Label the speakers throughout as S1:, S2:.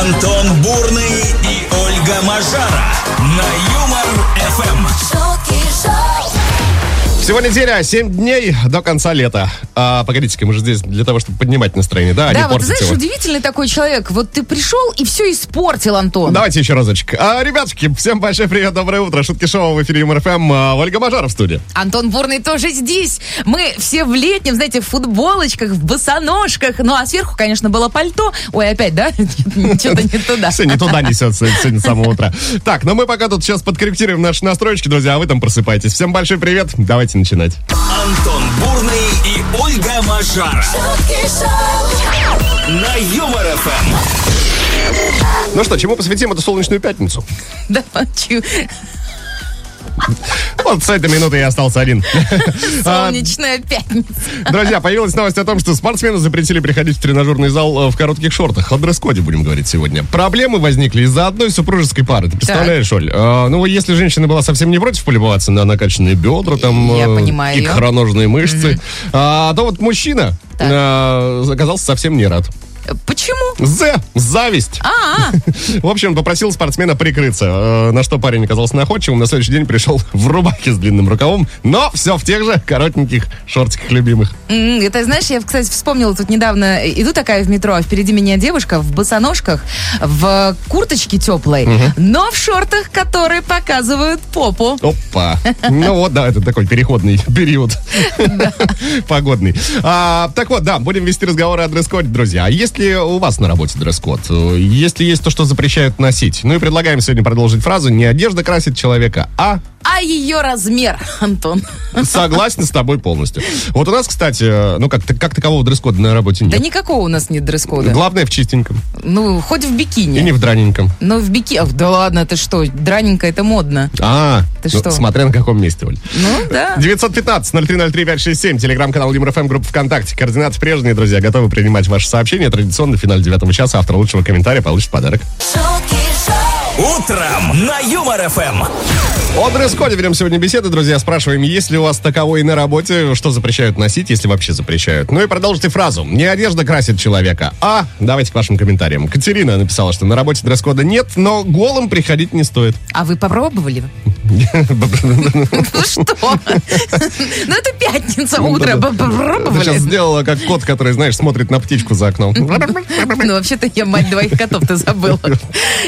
S1: Антон Бурный и Ольга Мажара на Юмор Эм. ФМ.
S2: Всего неделя, 7 дней до конца лета. А, погодите-ка, мы же здесь для того, чтобы поднимать настроение, да, а не
S3: Да, вот
S2: портить
S3: знаешь,
S2: его.
S3: удивительный такой человек. Вот ты пришел и все испортил, Антон.
S2: Давайте еще разочек. А, ребятушки, всем большой привет, доброе утро. Шутки шоу в эфире Юмор ФМ. А, Ольга Мажаров в студии.
S3: Антон Бурный тоже здесь. Мы все в летнем, знаете, в футболочках, в босоножках. Ну, а сверху, конечно, было пальто. Ой, опять, да? Что-то не туда.
S2: Все не туда несется сегодня с самого утра. Так, ну мы пока тут сейчас подкорректируем наши настроечки, друзья, а вы там просыпайтесь. Всем большой привет, давайте начинать.
S1: Антон Бурный и Ольга Мажара на Юмор Эм. ФМ.
S2: Ну что, чему посвятим эту солнечную пятницу?
S3: Да, молчу.
S2: Вот с этой минуты я остался один. А,
S3: Солнечная пятница.
S2: Друзья, появилась новость о том, что спортсмены запретили приходить в тренажерный зал э, в коротких шортах. О дресс-коде будем говорить сегодня. Проблемы возникли из-за одной супружеской пары. Ты представляешь, Оль? э, ну, если женщина была совсем не против полюбоваться на накачанные бедра, там,
S3: Я
S2: э,
S3: понимаю
S2: и
S3: её.
S2: хроножные мышцы, а, то вот мужчина
S3: Так.
S2: э, оказался совсем не рад.
S3: Почему?
S2: З. Зависть.
S3: А,
S2: В общем, попросил спортсмена прикрыться, э, на что парень оказался находчивым. На следующий день пришел в рубахе с длинным рукавом, но все в тех же коротеньких шортиках любимых.
S3: М, Это, знаешь, я, кстати, вспомнила тут недавно. Иду такая в метро, а впереди меня девушка в босоножках, в курточке теплой, но в шортах, которые показывают попу.
S2: Опа. Ну вот, да, это такой переходный период. Погодный. А, так вот, да, будем вести разговоры о дресс-коде, друзья. А есть ли у вас на работе дресс-код? Э, Если есть то, что запрещают носить? Ну и предлагаем сегодня продолжить фразу «Не одежда красит человека, а...»
S3: А ее размер, Антон.
S2: Согласен с тобой полностью. Вот у нас, кстати, э, ну как, как такового дресс-кода на работе
S3: Да
S2: нет.
S3: никакого у нас нет дресс-кода.
S2: Главное в чистеньком
S3: Ну, хоть в бикини.
S2: и не в драненьком.
S3: Но в бики... Ах, да ладно, ты что, драненько, это модно.
S2: А,
S3: Ты
S2: ну,
S3: что?
S2: смотря на каком месте, Оль.
S3: Ну, да.
S2: 915-0303-567, телеграм-канал ЮморФМ, группа ВКонтакте. Координаты прежние, друзья, готовы принимать ваши сообщения. Традиционно в финале девятого часа автор лучшего комментария получит подарок.
S1: Утром на Юмор Эм. ФМ.
S2: О дресс-коде ведем сегодня беседы, друзья. Спрашиваем, есть ли у вас таковой на работе, что запрещают носить, если вообще запрещают. Ну и продолжите фразу. Не одежда красит человека, а... Давайте к вашим комментариям. Катерина написала, что на работе дресс-кода нет, но голым приходить не стоит.
S3: А вы попробовали? Ну что? Ну это пятница, утро.
S2: Да-да. Ты сейчас
S3: Попробовали?
S2: сделала, как кот, который, знаешь, смотрит на птичку за окном.
S3: Ну, вообще-то я мать двоих котов, ты забыла.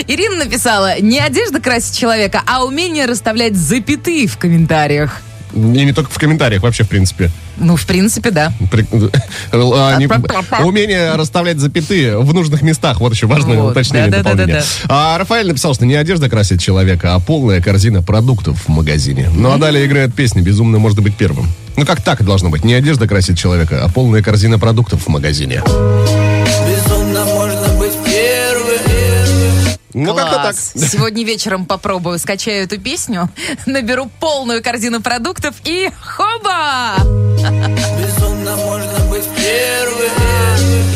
S3: Ирина написала, не одежда красит человека, а умение расставлять запятые в комментариях.
S2: И не только в комментариях, вообще, в принципе.
S3: Ну, в принципе, да.
S2: При- а, не- Умение расставлять запятые в нужных местах. Вот еще важное
S3: Вот.
S2: уточнение
S3: Да-да-да-да-да.
S2: дополнение. А, Рафаэль написал, что не одежда красит человека, а полная корзина продуктов в магазине. Ну а далее играет песня «Безумно может быть первым». Ну как так должно быть? Не одежда красит человека, а полная корзина продуктов в магазине.
S4: Безумно можно быть первым
S2: Ну как-то так.
S3: Класс. Сегодня вечером попробую, скачаю эту песню, наберу полную корзину продуктов и хоба!
S4: Безумно можно быть первым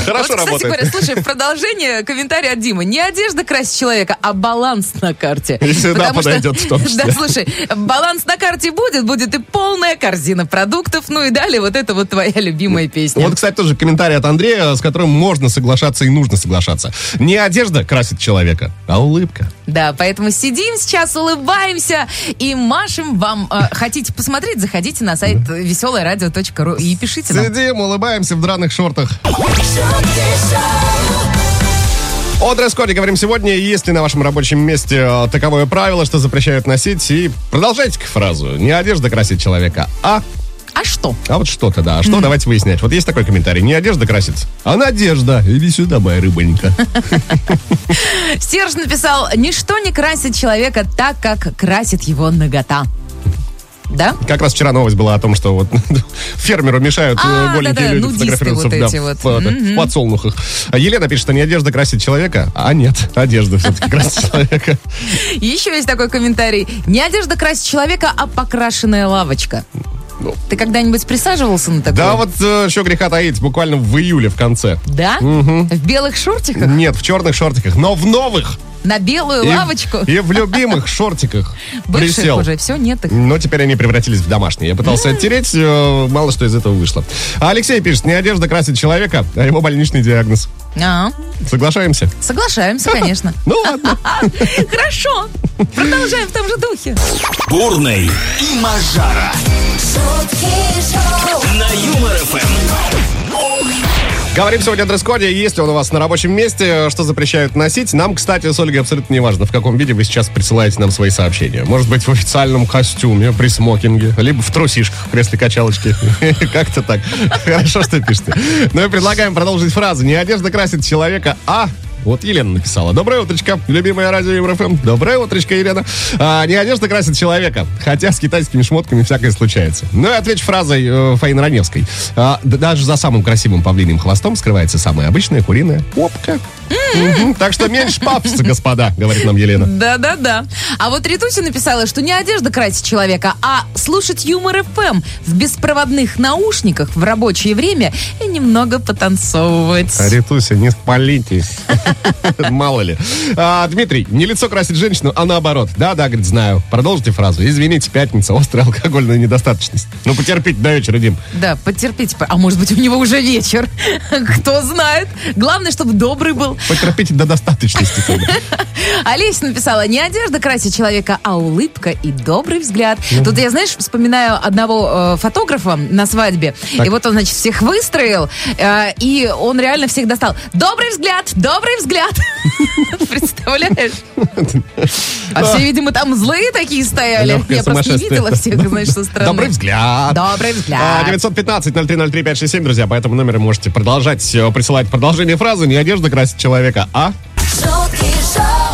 S2: Хорошо
S3: вот, кстати
S2: работает.
S3: говоря, слушай, в продолжение комментарий от Димы. Не одежда красит человека, а баланс на карте.
S2: И сюда
S3: Потому что-
S2: подойдет в том числе.
S3: Да, слушай, баланс на карте будет, будет и полная корзина продуктов, ну и далее вот это вот твоя любимая песня.
S2: Вот, кстати, тоже комментарий от Андрея, с которым можно соглашаться и нужно соглашаться. Не одежда красит человека, а улыбка.
S3: Да, поэтому сидим сейчас, улыбаемся и машем вам. Э, хотите посмотреть, заходите на сайт веселорадио.ру и пишите нам.
S2: Сидим, улыбаемся в драных шортах. О дресс-коде говорим сегодня. Есть ли на вашем рабочем месте э, таковое правило, что запрещают носить? И продолжайте фразу. Не одежда красит человека, а...
S3: А что?
S2: А вот что-то, да. А Что, давайте выяснять. Вот есть такой комментарий. Не одежда красит, а надежда. Иди сюда, моя рыбонька.
S3: Серж написал, ничто не красит человека так, как красит его нагота. Да?
S2: Как раз вчера новость была о том, что вот фермеру мешают э,
S3: А,
S2: голенькие
S3: да-да,
S2: люди
S3: нудисты
S2: фотографироваться
S3: вот
S2: в- да,
S3: эти
S2: в-
S3: вот.
S2: в- это, в подсолнухах. А Елена пишет, что не одежда красит человека, а нет, одежда все-таки красит человека.
S3: И Еще есть такой комментарий. Не одежда красит человека, а покрашенная лавочка.
S2: Ну.
S3: Ты когда-нибудь присаживался на такое?
S2: Да, вот э, еще греха таить, буквально в июле в конце.
S3: Да? В белых шортиках?
S2: Нет, в черных шортиках, но в новых.
S3: на белую
S2: И-
S3: лавочку.
S2: И, в любимых шортиках
S3: Бывших
S2: присел.
S3: уже все нет их.
S2: Но теперь они превратились в домашние. Я пытался оттереть, э, мало что из этого вышло. А Алексей пишет, не одежда красит человека, а его больничный диагноз.
S3: А,
S2: Соглашаемся?
S3: соглашаемся, конечно.
S2: Ну ладно.
S3: Хорошо. Продолжаем в том же духе.
S1: Бурный и Мажара. На Юмор Эм. ФМ.
S2: Говорим сегодня о дресс-коде, есть ли он у вас на рабочем месте, что запрещают носить. Нам, кстати, с Ольгой абсолютно не важно, в каком виде вы сейчас присылаете нам свои сообщения. Может быть, в официальном костюме, при смокинге, либо в трусишках, в кресле качалочки. Как-то так. Хорошо, что пишете. Ну и предлагаем продолжить фразу. Не одежда красит человека, а вот Елена написала. Доброе утречко, любимая радио Еврофм. Доброе утречко, Елена. А, не одежда красит человека, хотя с китайскими шмотками всякое случается. Ну и отвечу фразой э, Фаины Раневской. А, да даже за самым красивым павлиним хвостом скрывается самая обычная куриная попка. Мгм. Так что меньше пафоса, господа, говорит нам Елена.
S3: Да-да-да. А вот Ритути написала, что не одежда красит человека, а слушать юмор ФМ в беспроводных наушниках в рабочее время и немного потанцовывать.
S2: А Ритуся, не спалитесь. Мало ли. А, Дмитрий, не лицо красит женщину, а наоборот. Да-да, говорит, знаю. Продолжите фразу. Извините, пятница, острая алкогольная недостаточность. Ну, потерпеть до вечера, Дим.
S3: Да, потерпите. А может быть, у него уже вечер. Кто знает. Главное, чтобы добрый был.
S2: Потерпите до достаточности. как бы.
S3: Олеся написала, не одежда красит человека, а улыбка и добрый взгляд.
S2: Ну.
S3: Тут я, знаешь, вспоминаю одного э, фотографа на свадьбе.
S2: Так.
S3: И вот он, значит, всех выстроил, э, и он реально всех достал. Добрый взгляд, добрый взгляд. Представляешь? А все, видимо, там злые такие стояли.
S2: Лёгкое
S3: Я просто не
S2: сумасшествие.
S3: видела всех, знаешь, со стороны.
S2: Добрый взгляд.
S3: Добрый взгляд.
S2: А, 915-0303-567, друзья, по этому номеру можете продолжать э, присылать продолжение фразы «Не одежда красит человека, а...»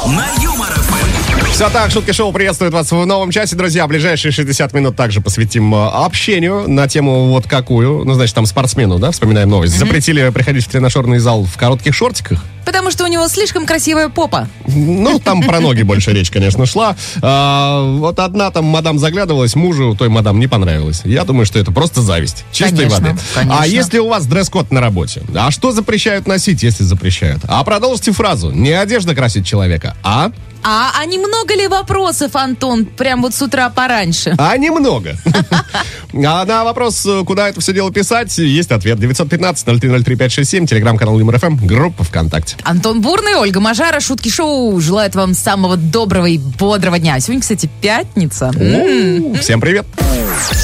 S1: На Юмор Эм. ФМ.
S2: Все так, Шутки Шоу приветствует вас в новом часе, друзья. Ближайшие 60 минут также посвятим э, общению на тему вот какую. Ну, значит, там спортсмену, да, вспоминаем новость. Запретили приходить в тренажерный зал в коротких шортиках.
S3: Потому что у него слишком красивая попа.
S2: Ну, там про ноги больше речь, конечно, шла. А, вот одна там мадам заглядывалась, мужу той мадам не понравилось. Я думаю, что это просто зависть. Чистой
S3: Конечно,
S2: воды.
S3: конечно.
S2: А если у вас дресс-код на работе? А что запрещают носить, если запрещают? А продолжите фразу. Не одежда красит человека, а...
S3: А, а не много ли вопросов, Антон, прям вот с утра пораньше?
S2: А немного. А на вопрос, куда это все дело писать, есть ответ. 915-0303-567, телеграм-канал ЮморФМ, группа ВКонтакте.
S3: Антон Бурный, Ольга Мажара, Шутки Шоу желает вам самого доброго и бодрого дня. Сегодня, кстати, пятница. Ну
S2: У, Всем привет.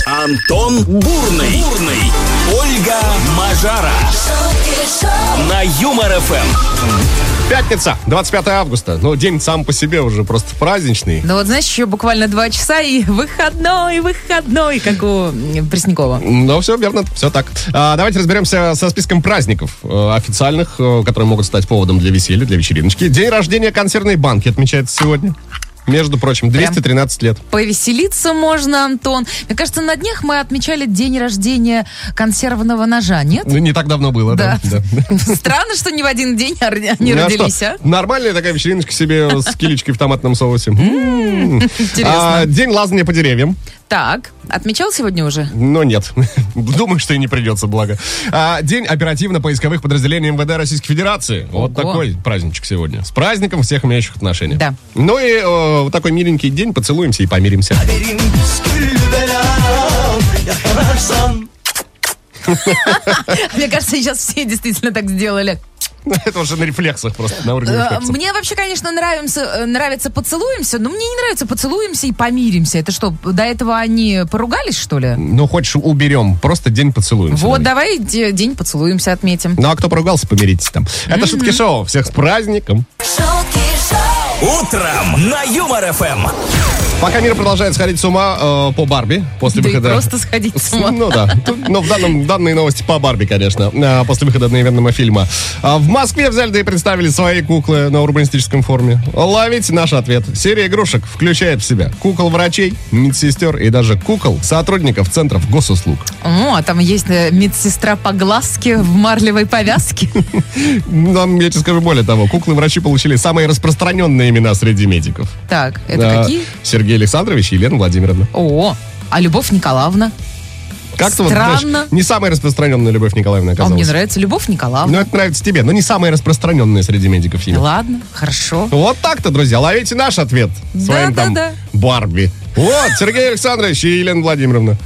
S1: Антон Бурный. Бурный. Ольга Мажара. На Юмор Эм. ФМ.
S2: Пятница, 25 августа. Ну, день сам по себе уже просто праздничный.
S3: Ну вот, знаешь, еще буквально два часа и выходной, выходной, как у м, Преснякова.
S2: Ну, все верно, все так. А, давайте разберемся со списком праздников э, официальных, э, которые могут стать поводом для веселья, для вечериночки. День рождения консервной банки отмечается сегодня. Между прочим, 213 лет.
S3: Повеселиться можно, Антон. Мне кажется, на днях мы отмечали день рождения консервного ножа, нет?
S2: Ну, не так давно было, да. да.
S3: Странно, что ни в один день они
S2: Ну, а
S3: родились,
S2: что,
S3: а?
S2: Нормальная такая вечериночка себе с килечкой в томатном соусе. М.
S3: Интересно.
S2: А, День лазания по деревьям.
S3: Так, отмечал сегодня уже?
S2: Но нет. Думаю, что и не придется, благо. А, день оперативно-поисковых подразделений МВД Российской Федерации. Вот
S3: Ого.
S2: такой праздничек сегодня. С праздником всех имеющих отношения.
S3: Да.
S2: Ну и э, вот такой миленький день. Поцелуемся и помиримся.
S3: Мне кажется, сейчас все действительно так сделали.
S2: Это уже на рефлексах просто, на уровне
S3: Э,
S2: рефлексов.
S3: Мне вообще, конечно, нравится, э, нравится поцелуемся, но мне не нравится поцелуемся и помиримся. Это что, до этого они поругались, что ли?
S2: Ну, хочешь, уберем. Просто день поцелуемся.
S3: Вот,
S2: наверное.
S3: давай де- день поцелуемся отметим.
S2: Ну, а кто поругался, помиритесь там. Это шутки шоу. Всех с праздником.
S1: Утром на Юмор ФМ.
S2: Пока мир продолжает сходить с ума э, по Барби после
S3: Да и
S2: выхода.
S3: просто сходить с ума.
S2: Ну да. Тут- Но в данном, данные новости по Барби, конечно, э, после выхода одноименного фильма. А в Москве взяли да и представили свои куклы на урбанистическом форуме. Ловите наш ответ. Серия игрушек включает в себя кукол врачей, медсестер и даже кукол сотрудников центров госуслуг.
S3: О, а там есть э, медсестра по глазке в марлевой повязке.
S2: Нам, Ну, я тебе скажу более того, куклы-врачи получили самые распространенные имена среди медиков.
S3: Так, это
S2: А,
S3: какие?
S2: Сергей Александрович и Елена Владимировна.
S3: О, а Любовь Николаевна?
S2: Как-то вот,
S3: Странно.
S2: знаешь, не самая распространенная Любовь Николаевна
S3: А
S2: оказалась.
S3: мне нравится Любовь Николаевна.
S2: Ну, это нравится тебе, но не самая распространенная среди медиков имя.
S3: Ладно, хорошо.
S2: Вот так-то, друзья, ловите наш ответ своим
S3: Да, да,
S2: там
S3: да.
S2: Барби. Вот, Сергей Александрович и Елена Владимировна.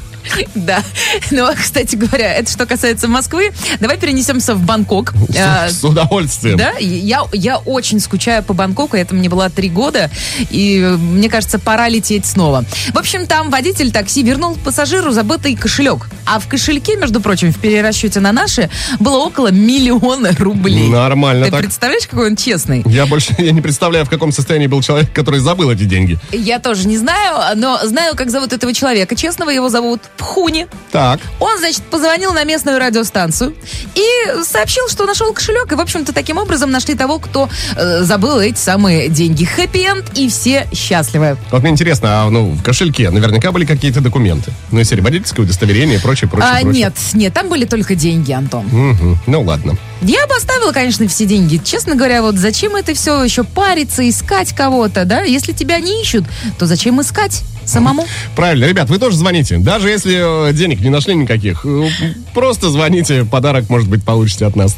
S3: Да. Ну, а, кстати говоря, это что касается Москвы. Давай перенесемся в Бангкок. А,
S2: С, с удовольствием.
S3: Да, и я, я очень скучаю по Бангкоку, это мне было три года, и э, мне кажется, пора лететь снова. В общем, там водитель такси вернул пассажиру забытый кошелек, а в кошельке, между прочим, в перерасчете на наши было около миллиона рублей.
S2: Нормально
S3: Ты
S2: так.
S3: представляешь, какой он честный?
S2: Я больше я не представляю, в каком состоянии был человек, который забыл эти деньги.
S3: Я тоже не знаю, но знаю, как зовут этого человека. Честного его зовут Пхуни.
S2: Так.
S3: Он, значит, позвонил на местную радиостанцию и сообщил, что нашел кошелек. И, в общем-то, таким образом нашли того, кто э, забыл эти самые деньги. Хэппи-энд, и все счастливы.
S2: Вот мне интересно, а ну в кошельке наверняка были какие-то документы. Ну, если водительское удостоверение и прочее, прочее,
S3: А,
S2: прочее.
S3: нет, нет, там были только деньги, Антон.
S2: Мгм. Ну ладно.
S3: Я бы оставила, конечно, все деньги. Честно говоря, вот зачем это все еще париться, искать кого-то, да? Если тебя не ищут, то зачем искать самому?
S2: Правильно, ребят, вы тоже звоните. Даже если э, денег не нашли никаких, э, просто звоните, подарок, может быть, получите от нас.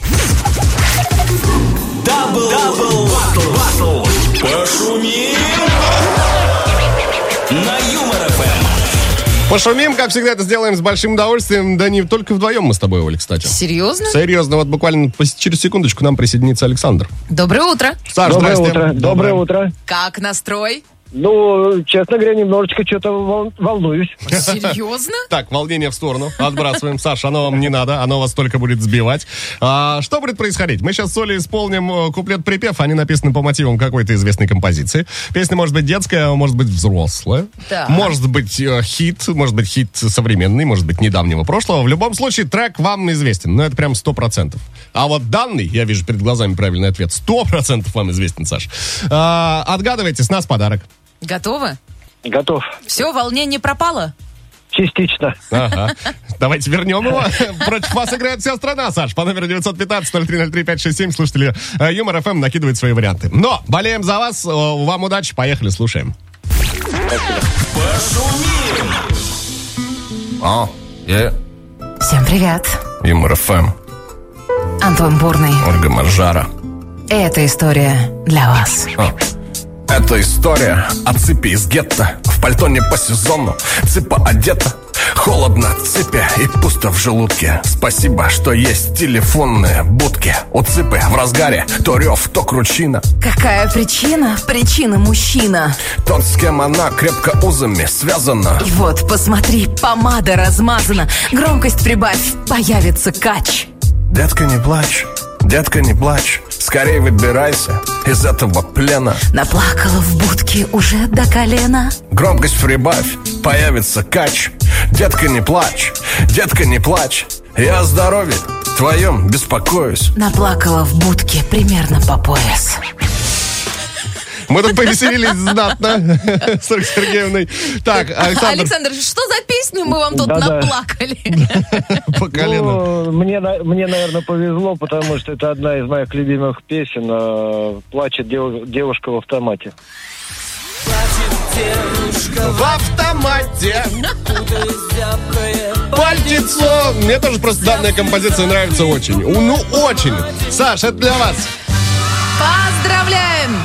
S1: Дабл, дабл, батл, батл. Пошумим на Юмор ФМ.
S2: Пошумим, как всегда, это сделаем с большим удовольствием. Да не только вдвоем мы с тобой, Оль, кстати.
S3: Серьезно?
S2: Серьезно, вот буквально пос- через секундочку к нам присоединится Александр.
S3: Доброе утро.
S2: Саш,
S5: Доброе
S2: здрасте.
S5: утро. Доброе. утро.
S3: Как настрой?
S5: Ну, честно говоря, немножечко что-то вол- волнуюсь.
S3: Серьезно?
S2: Так, волнение в сторону. Отбрасываем. Саш, оно вам не надо. Оно вас только будет сбивать. А, что будет происходить? Мы сейчас с Олей исполним э, куплет-припев. Они написаны по мотивам какой-то известной композиции. Песня может быть детская, может быть взрослая.
S3: Так.
S2: Может быть э, хит, может быть хит современный, может быть недавнего прошлого. В любом случае трек вам известен. Но это прям 100%. А вот данный, я вижу перед глазами правильный ответ, 100% вам известен, Саш. А, отгадывайте, с нас подарок.
S3: Готово?
S5: Готов.
S3: Все, волнение пропало?
S5: Частично.
S2: Ага. Давайте вернем его. Против вас играет вся страна, Саш. По номеру 915-0303-567 слушатели э, Юмор ФМ накидывают свои варианты. Но болеем за вас. Э, Вам удачи. Поехали, слушаем. О, А, я
S6: Всем привет.
S2: Юмор ФМ.
S6: Антон Бурный.
S2: Ольга Маржара.
S6: Эта история для вас.
S2: Это история о цепи из гетто В пальто не по сезону, цепа одета Холодно цепи и пусто в желудке Спасибо, что есть телефонные будки У цепи в разгаре то рев, то кручина
S6: Какая причина? Причина мужчина.
S2: Тот, с кем она крепко узами связана
S6: И вот, посмотри, помада размазана. Громкость прибавь, появится кач.
S2: Детка, не плачь, детка, не плачь Скорей выбирайся из этого плена
S6: Наплакала в будке уже до колена.
S2: Громкость прибавь, появится кач. Детка, не плачь, детка, не плачь. Я о здоровье твоем беспокоюсь.
S6: Наплакала в будке примерно по пояс.
S2: Мы тут повеселились знатно с Ольгой Сергеевной. Так, Александр,
S3: Александр, что за песню мы вам тут
S5: Да-да.
S3: наплакали?
S2: по колено.
S5: Ну, мне, на- мне, наверное, повезло, потому что это одна из моих любимых песен. э, Плачет дев- девушка в автомате.
S2: В автомате пальтецо. Мне тоже просто данная композиция нравится очень. У- Ну, очень. Саш, это для вас.
S3: Поздравляем!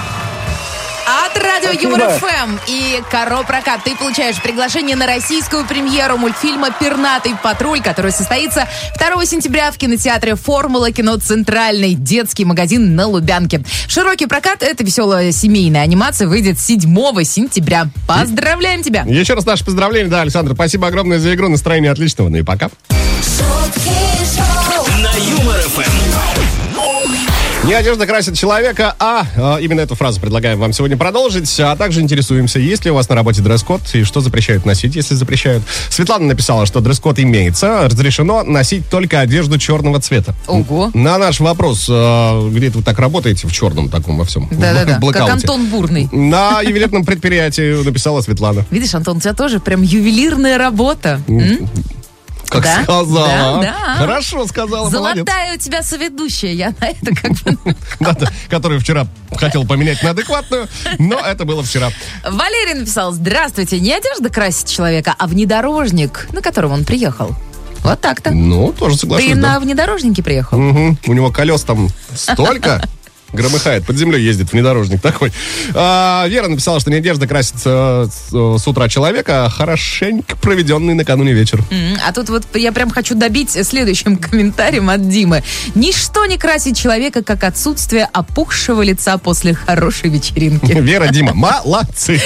S3: От радио Юмор ФМ и Коро Прокат ты получаешь приглашение на российскую премьеру мультфильма «Пернатый патруль», который состоится 2 сентября в кинотеатре «Формула кино Центральный» детский магазин на Лубянке. Широкий прокат – это веселая семейная анимация, выйдет 7 сентября. Поздравляем тебя!
S2: Еще раз наше поздравление. Да, Александр, спасибо огромное за игру. Настроение отличного. Ну и пока.
S1: На Юмор ФМ.
S2: Не одежда красит человека, а э, именно эту фразу предлагаем вам сегодня продолжить. А также интересуемся, есть ли у вас на работе дресс-код и что запрещают носить, если запрещают. Светлана написала, что дресс-код имеется, разрешено носить только одежду черного цвета.
S3: Ого.
S2: На наш вопрос, э, где это вы так работаете в черном таком во всем?
S3: Да-да-да,
S2: в
S3: Ну, как
S2: блэкауте?
S3: Антон Бурный.
S2: На ювелирном предприятии написала Светлана.
S3: Видишь, Антон, у тебя тоже прям ювелирная работа. М?
S2: Как
S3: Да,
S2: сказала.
S3: да,
S2: а?
S3: да.
S2: Хорошо сказала, молодец.
S3: Золотая у тебя соведущая. Я на это как бы...
S2: Да-да, Которую вчера хотел поменять на адекватную, но это было вчера.
S3: Валерий написал, здравствуйте, не одежда красит человека, а внедорожник, на котором он приехал. Вот так-то.
S2: Ну, тоже
S3: Ты
S2: соглашусь,
S3: на
S2: да.
S3: внедорожнике приехал?
S2: Мгм. У него колес там столько. Громыхает, под землей ездит внедорожник такой. А, Вера написала, что Надежда красит э, с с утра человека, а хорошенько проведенный накануне вечер.
S3: М, А тут вот я прям хочу добить следующим комментарием от Димы. Ничто не красит человека, как отсутствие опухшего лица после хорошей вечеринки.
S2: Вера, Дима, молодцы.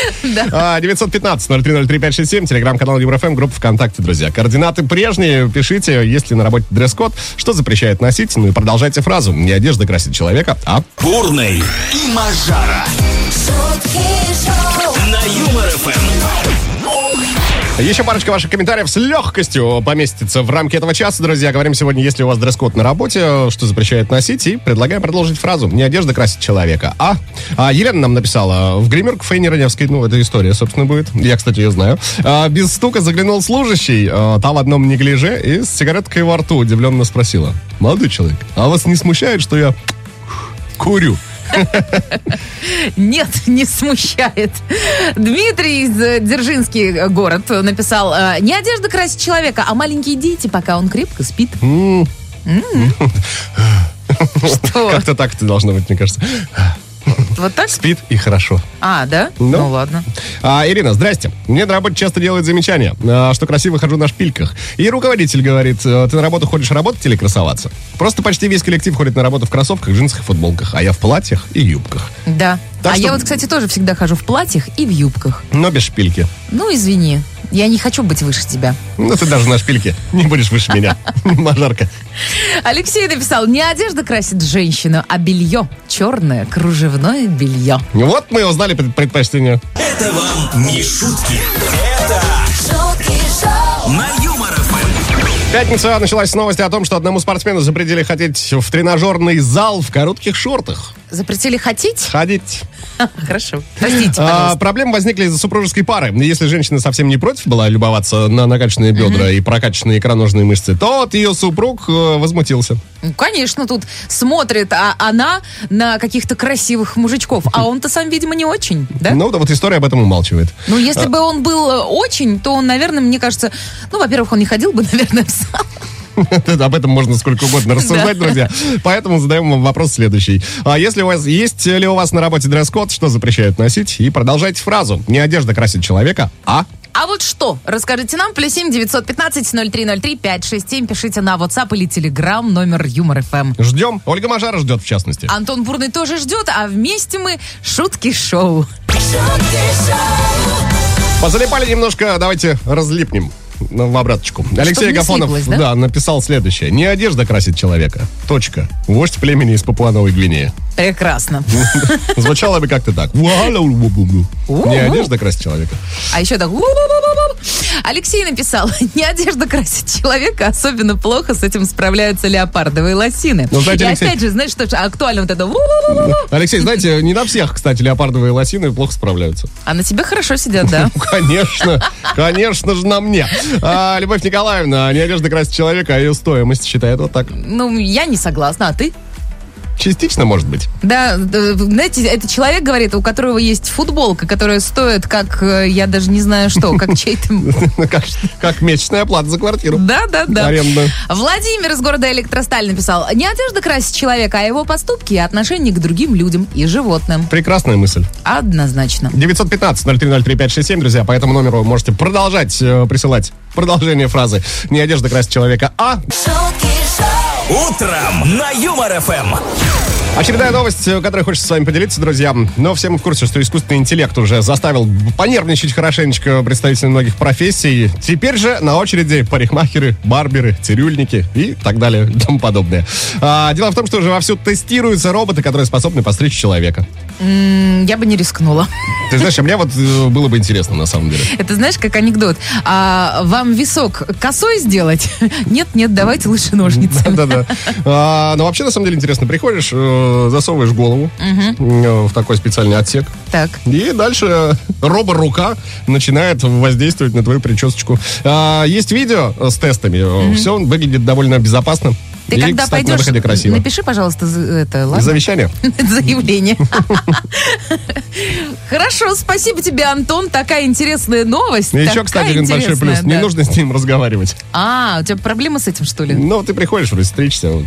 S2: А, 915-0303-567, телеграм-канал ЮРФМ, Эм, группа ВКонтакте, друзья. Координаты прежние, пишите, если на работе дресс-код, что запрещает носить, ну и продолжайте фразу. Не одежда красит человека, а...
S1: Бурный и Мажара. На Юмор ФМ.
S2: Еще парочка ваших комментариев с легкостью поместится в рамки этого часа, друзья. Говорим сегодня, если у вас дресс-код на работе, что запрещает носить, и предлагаем продолжить фразу. Не одежда красит человека, а... а Елена нам написала, в гримерку Фейни Раневской, ну, это история, собственно, будет. Я, кстати, ее знаю. А, без стука заглянул служащий, а, та в одном неглиже, и с сигареткой во рту удивленно спросила. Молодой человек, а вас не смущает, что я курю?
S3: Нет, не смущает. Дмитрий из э, Дзержинский э, город э, написал, э, не одежда красит человека, а маленькие дети, пока он крепко спит. М. Что?
S2: Как-то так это должно быть, мне кажется.
S3: Вот так?
S2: Спит и хорошо.
S3: А, да?
S2: Ну.
S3: Ну ладно.
S2: А, Ирина, здрасте. Мне на работе часто делают замечания, а, что красиво хожу на шпильках. И руководитель говорит, э, ты на работу ходишь работать или красоваться? Просто почти весь коллектив ходит на работу в кроссовках, джинсах и футболках, а я в платьях и юбках.
S3: Да.
S2: Так
S3: а
S2: что-
S3: я вот, кстати, тоже всегда хожу в платьях и в юбках.
S2: Но без шпильки.
S3: Ну, извини, я не хочу быть выше тебя.
S2: Ну, ты даже на шпильке не будешь выше меня, мажарка.
S3: Алексей написал, не одежда красит женщину, а белье. Черное кружевное белье.
S2: Вот мы и узнали пред- предпочтение.
S1: Это вам не шутки. Это на Юмор ФМ.
S2: Пятница началась с новости о том, что одному спортсмену запретили ходить в тренажерный зал в коротких шортах.
S3: Запретили хотеть?
S2: Ходить.
S3: Хорошо. Простите,
S2: А,
S3: пожалуйста.
S2: проблемы возникли из-за супружеской пары. Если женщина совсем не против была любоваться на накачанные бедра и прокачанные икроножные мышцы, то вот ее супруг э, возмутился.
S3: Ну, Конечно, тут смотрит а она на каких-то красивых мужичков, а он-то сам, видимо, не очень, да?
S2: Ну, а да вот история об этом умалчивает.
S3: Ну, если бы он был э, очень, то он, наверное, мне кажется, ну, во-первых, он не ходил бы, наверное, в зал.
S2: Об этом можно сколько угодно рассуждать, друзья. Поэтому задаем вам вопрос следующий. А если у вас есть ли у вас на работе дресс-код, что запрещают носить? И продолжайте фразу. Не одежда красит человека, а...
S3: А вот что? Расскажите нам. Плюс семь девятьсот пятнадцать ноль три ноль три пять шесть семь. Пишите на WhatsApp или Telegram номер Юмор ФМ.
S2: Ждем. Ольга Мажара ждет, в частности.
S3: Антон Бурный тоже ждет, а вместе мы шутки шоу.
S2: Позалипали немножко, давайте разлипнем ну, в обраточку. Алексей
S3: не
S2: Гафонов
S3: слиплось,
S2: да?
S3: да?
S2: написал следующее. Не одежда красит человека. Точка. Вождь племени из Папуановой Гвинеи.
S3: Прекрасно.
S2: Звучало бы как-то так. Не одежда красит человека.
S3: А еще так. «Лу-лу-лу-лу-лу». Алексей написал, не одежда красит человека, особенно плохо с этим справляются леопардовые лосины.
S2: Ну, знаете,
S3: И
S2: Алексей-
S3: опять же, знаешь, что ж, актуально вот это. «Лу-лу-лу-лу».
S2: Алексей, знаете, не на всех, кстати, леопардовые лосины плохо справляются.
S3: А на тебе хорошо сидят, да?
S2: Ну, Конечно, конечно же на мне. А, Любовь Николаевна, не одежда красит человека, а ее стоимость считает вот так.
S3: Ну, я не согласна, а ты?
S2: Частично, может быть.
S3: Да, да, знаете, это человек говорит, у которого есть футболка, которая стоит как, э, я даже не знаю что, как чей-то...
S2: Как, как месячная плата за квартиру.
S3: Да, да, да.
S2: Арендную.
S3: Владимир из города Электросталь написал, не одежда красит человека, а его поступки и отношение к другим людям и животным.
S2: Прекрасная мысль.
S3: Однозначно.
S2: 915-0303-567, друзья. По этому номеру можете продолжать э, присылать продолжение фразы «Не одежда красит человека, а...»
S1: Утром на Юмор ФМ.
S2: Очередная новость, э, которой хочется с вами поделиться, друзья. Но все мы в курсе, что искусственный интеллект уже заставил б- понервничать хорошенечко представителей многих профессий. Теперь же на очереди парикмахеры, барберы, цирюльники и так далее и тому подобное. А, дело в том, что уже вовсю тестируются роботы, которые способны постричь человека.
S3: М, Я бы не рискнула.
S2: Ты знаешь, а мне вот э, было бы интересно, на самом деле.
S3: Это знаешь, как анекдот. А, вам висок косой сделать? Нет, нет, давайте лучше ножницами.
S2: Да-да. А, Но вообще, на самом деле, интересно. Приходишь, э, засовываешь голову э, в такой специальный отсек.
S3: Так.
S2: И дальше робо-рука начинает воздействовать на твою причесочку. А, Есть видео с тестами. Все выглядит довольно безопасно.
S3: Ты
S2: И,
S3: когда
S2: кстати, на
S3: пойдешь,
S2: выходе красиво.
S3: напиши, пожалуйста, за- это, ладно?
S2: Завещание?
S3: Заявление. Хорошо, спасибо тебе, Антон. Такая интересная новость.
S2: И еще,
S3: такая
S2: кстати, один большой
S3: интересная,
S2: плюс. Не
S3: да.
S2: нужно с ним разговаривать.
S3: А, у тебя проблемы с этим, что ли?
S2: Ну, ты приходишь, вроде, встречаешься. вот,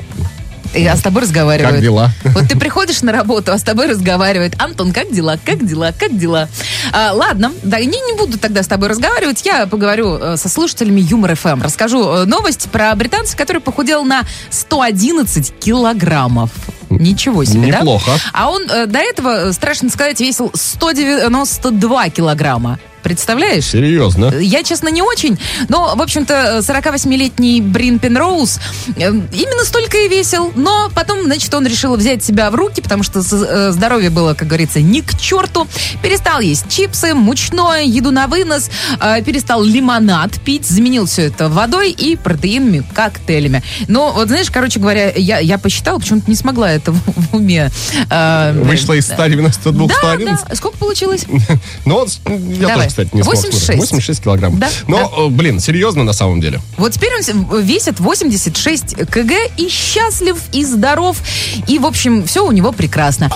S3: И- А с тобой разговаривают.
S2: Как дела?
S3: Вот ты приходишь на работу, а с тобой разговаривают. Антон, как дела? Как дела? Как дела? А, ладно, да, не, не буду тогда с тобой разговаривать. Я поговорю э, со слушателями Юмор ФМ. Расскажу э, новость про британца, который похудел на 111 килограммов. Ничего себе, да?
S2: Неплохо.
S3: А он э, до этого, э, страшно сказать, весил 192 килограмма. Представляешь?
S2: Серьезно.
S3: Я, честно, не очень, но, в общем-то, 48-летний Брин Пенроуз э, именно столько и весил, но потом, значит, он решил взять себя в руки, потому что с- э, здоровье было, как говорится, ни к черту. Перестал есть чипсы, мучное, еду на вынос, э, перестал лимонад пить, заменил все это водой и протеинами, коктейлями. Но, вот знаешь, короче говоря, я, я посчитала, почему-то не смогла это в, в уме. э,
S2: Вышла из 192
S3: да,
S2: 111.
S3: да. Сколько получилось?
S2: Ну, вот, я
S3: Давай.
S2: тоже, кстати, не смог.
S3: 86.
S2: смотреть. 86 килограмм.
S3: Да,
S2: Но, э, блин, серьезно на самом деле.
S3: Вот теперь он с- весит 86 кг и счастлив, и здоров. И, в общем, все у него прекрасно.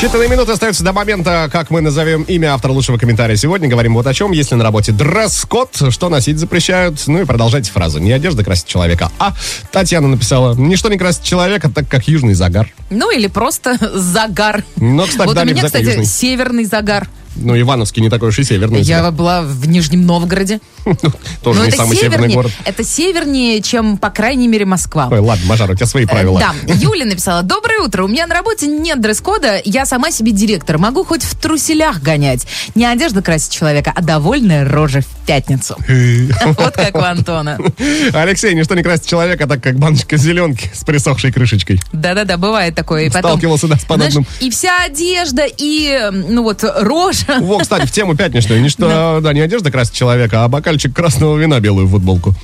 S2: Считанные минуты остаются до момента, как мы назовем имя автора лучшего комментария сегодня. Говорим вот о чем, если на работе дресс-код, что носить запрещают. Ну и продолжайте фразу. Не одежда красит человека, а Татьяна написала, ничто не красит человека, так как южный загар.
S3: Ну или просто загар.
S2: Ну, кстати,
S3: вот
S2: да,
S3: у меня,
S2: обязательно
S3: кстати,
S2: южный.
S3: северный загар.
S2: Ну, Ивановский не такой уж и северный.
S3: Я была в Нижнем Новгороде.
S2: Ну, Тоже
S3: Но
S2: не
S3: это
S2: самый северный
S3: севернее-
S2: город.
S3: Это севернее, чем, по крайней мере, Москва.
S2: Ой, ладно, Мажар, у тебя свои правила.
S3: Э, Да, Юля написала, доброе утро, у меня на работе нет дресс-кода, я сама себе директор, могу хоть в труселях гонять. Не одежда красит человека, а довольная рожа в пятницу. Вот как у Антона.
S2: Алексей, ничто не красит человека, так как баночка зеленки с присохшей крышечкой.
S3: Да-да-да, бывает такое. И потом,
S2: Сталкивался, да, с подобным.
S3: знаешь, и вся одежда, и, э, ну вот, рожа.
S2: Во, кстати, в тему пятничную. Ничто, да, не одежда красит человека, а бокальчик красного вина белую футболку.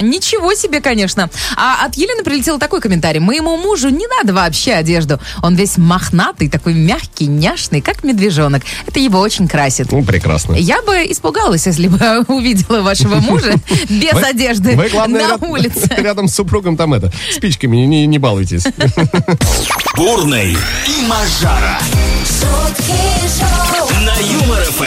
S3: Ничего себе, конечно. А от Елены прилетел такой комментарий. Моему мужу не надо вообще одежду. Он весь мохнатый, такой мягкий, няшный, как медвежонок. Это его очень красит.
S2: Ну, прекрасно.
S3: Я бы испугалась, если бы увидела вашего мужа без
S2: Вы-
S3: одежды
S2: вы, главное,
S3: на
S2: ряд-
S3: улице.
S2: Рядом с супругом там это, спичками не, не балуйтесь.
S1: Бурный и Мажара. На Юмор ФМ.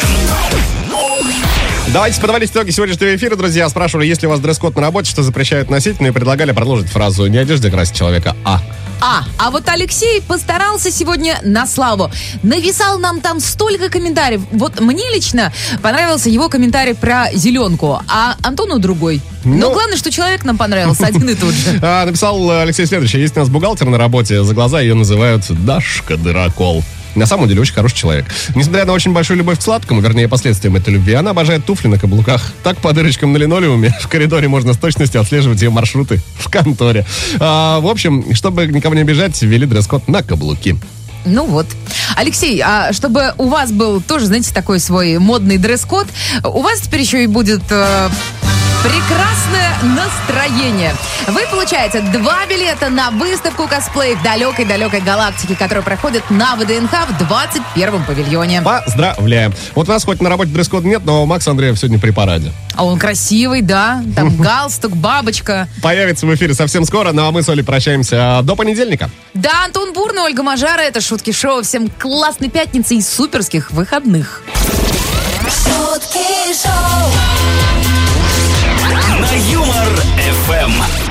S2: Давайте подводить итоги сегодняшнего эфира, друзья. Спрашивали, есть ли у вас дресс-код на работе, что запрещают носить, ну и предлагали продолжить фразу «Не одежда красит человека, а...»
S3: А, а вот Алексей постарался сегодня на славу. Нависал нам там столько комментариев. Вот мне лично понравился его комментарий про зеленку, а Антону другой. Но
S2: Ну.
S3: главное, что человек нам понравился один и тот же.
S2: А, Написал э, Алексей следующее. Есть у нас бухгалтер на работе, за глаза ее называют Дашка Дырокол. На самом деле очень хороший человек. Несмотря на очень большую любовь к сладкому, вернее, последствиям этой любви, она обожает туфли на каблуках. Так по дырочкам на линолеуме в коридоре можно с точностью отслеживать ее маршруты в конторе. А, в общем, чтобы никого не обижать, ввели дресс-код на каблуки.
S3: Ну вот. Алексей, а чтобы у вас был тоже, знаете, такой свой модный дресс-код, у вас теперь еще и будет... э, Прекрасное настроение. Вы получаете два билета на выставку косплей в далекой-далекой галактике, которая проходит на ВДНХ в 21-м павильоне.
S2: Поздравляем. Вот у нас хоть на работе дресс-кода нет, но Макс Андреев сегодня при параде.
S3: А он красивый, да? Там галстук, бабочка.
S2: Появится в эфире совсем скоро, ну а мы с Олей прощаемся э, до понедельника.
S3: Да, Антон Бурный, Ольга Мажара. Это Шутки Шоу. Всем классной пятницы и суперских выходных.
S1: На Юмор ФМ.